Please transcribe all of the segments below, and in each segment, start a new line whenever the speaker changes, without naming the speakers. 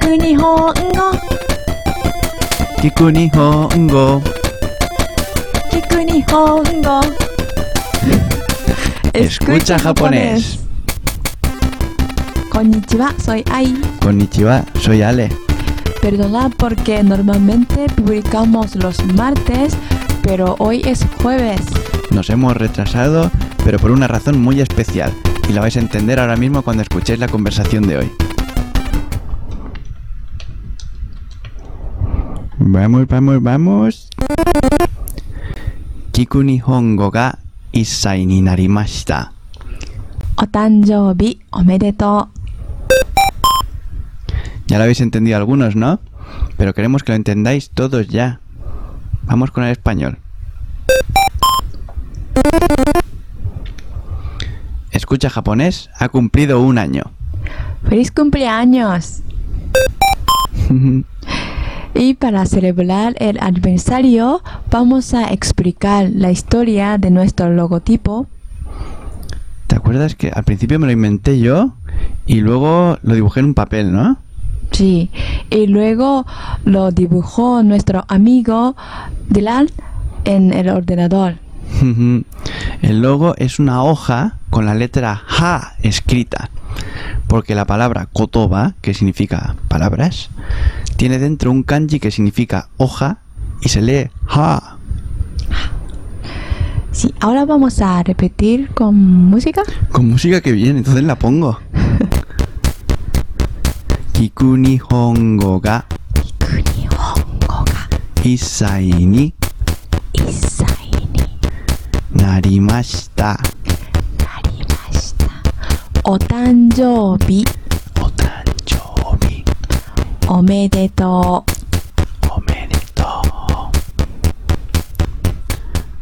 くに本語
聞く日本語
聞くに本語
Escucha japonés.
Konnichiwa, soy Ai.
Konnichiwa, soy Ale.
Perdona porque normalmente publicamos los martes, pero hoy es jueves.
Nos hemos retrasado, pero por una razón muy especial. Y la vais a entender ahora mismo cuando escuchéis la conversación de hoy. Vamos, vamos, vamos. Kiku Nihongo ga issai ni narimashita.
お誕生日おめでと
Ya lo habéis entendido algunos, ¿no? Pero queremos que lo entendáis todos ya. Vamos con el español. Escucha japonés, ha cumplido un año.
u. ¡Feliz cumpleaños! Y para celebrar el aniversario, vamos a explicar la historia de nuestro logotipo.
¿Te acuerdas que al principio me lo inventé yo y luego lo dibujé en un papel, ¿no?
Sí, y luego lo dibujó nuestro amigo Dylan en el ordenador.
El logo es una hoja con la letra ja escrita, porque la palabra kotoba, que significa palabras, tiene dentro un kanji que significa hoja y se lee ha.
Sí, ahora vamos a repetir con música.
Con música que viene, entonces la pongo. Kiku nihongo ga isai ni narimashita.
お誕生日
Otanchobi
おめでと
omedeto.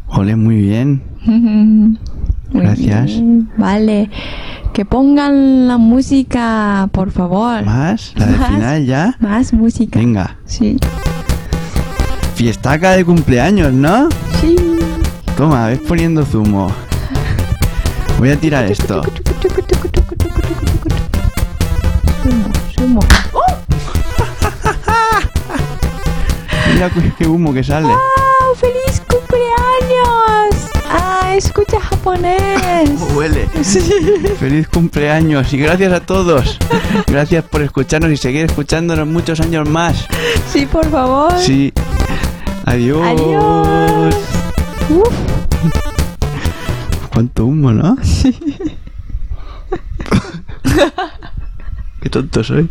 Ole, muy bien.
う。Muy
Gracias.
bien, Vale. Que pongan la música, por favor.
¿Más? ¿La del
Más.
final ya?
Más música.
Venga.
Sí.
Fiestaca de cumpleaños, ¿no?
Sí.
Toma, ves poniendo zumo. Voy a tirar esto.
Sumo, sumo.
Mira cu- qué humo que sale.
¡Wow! ¡Feliz cumpleaños! ¡Ah! Escucha japonés.
¿Cómo huele? Feliz cumpleaños y gracias a todos. Gracias por escucharnos y seguir escuchándonos muchos años más.
Sí, por favor.
Sí. Adiós.
Adiós. Uf.
Cuánto humo, ¿no? Qué tonto soy.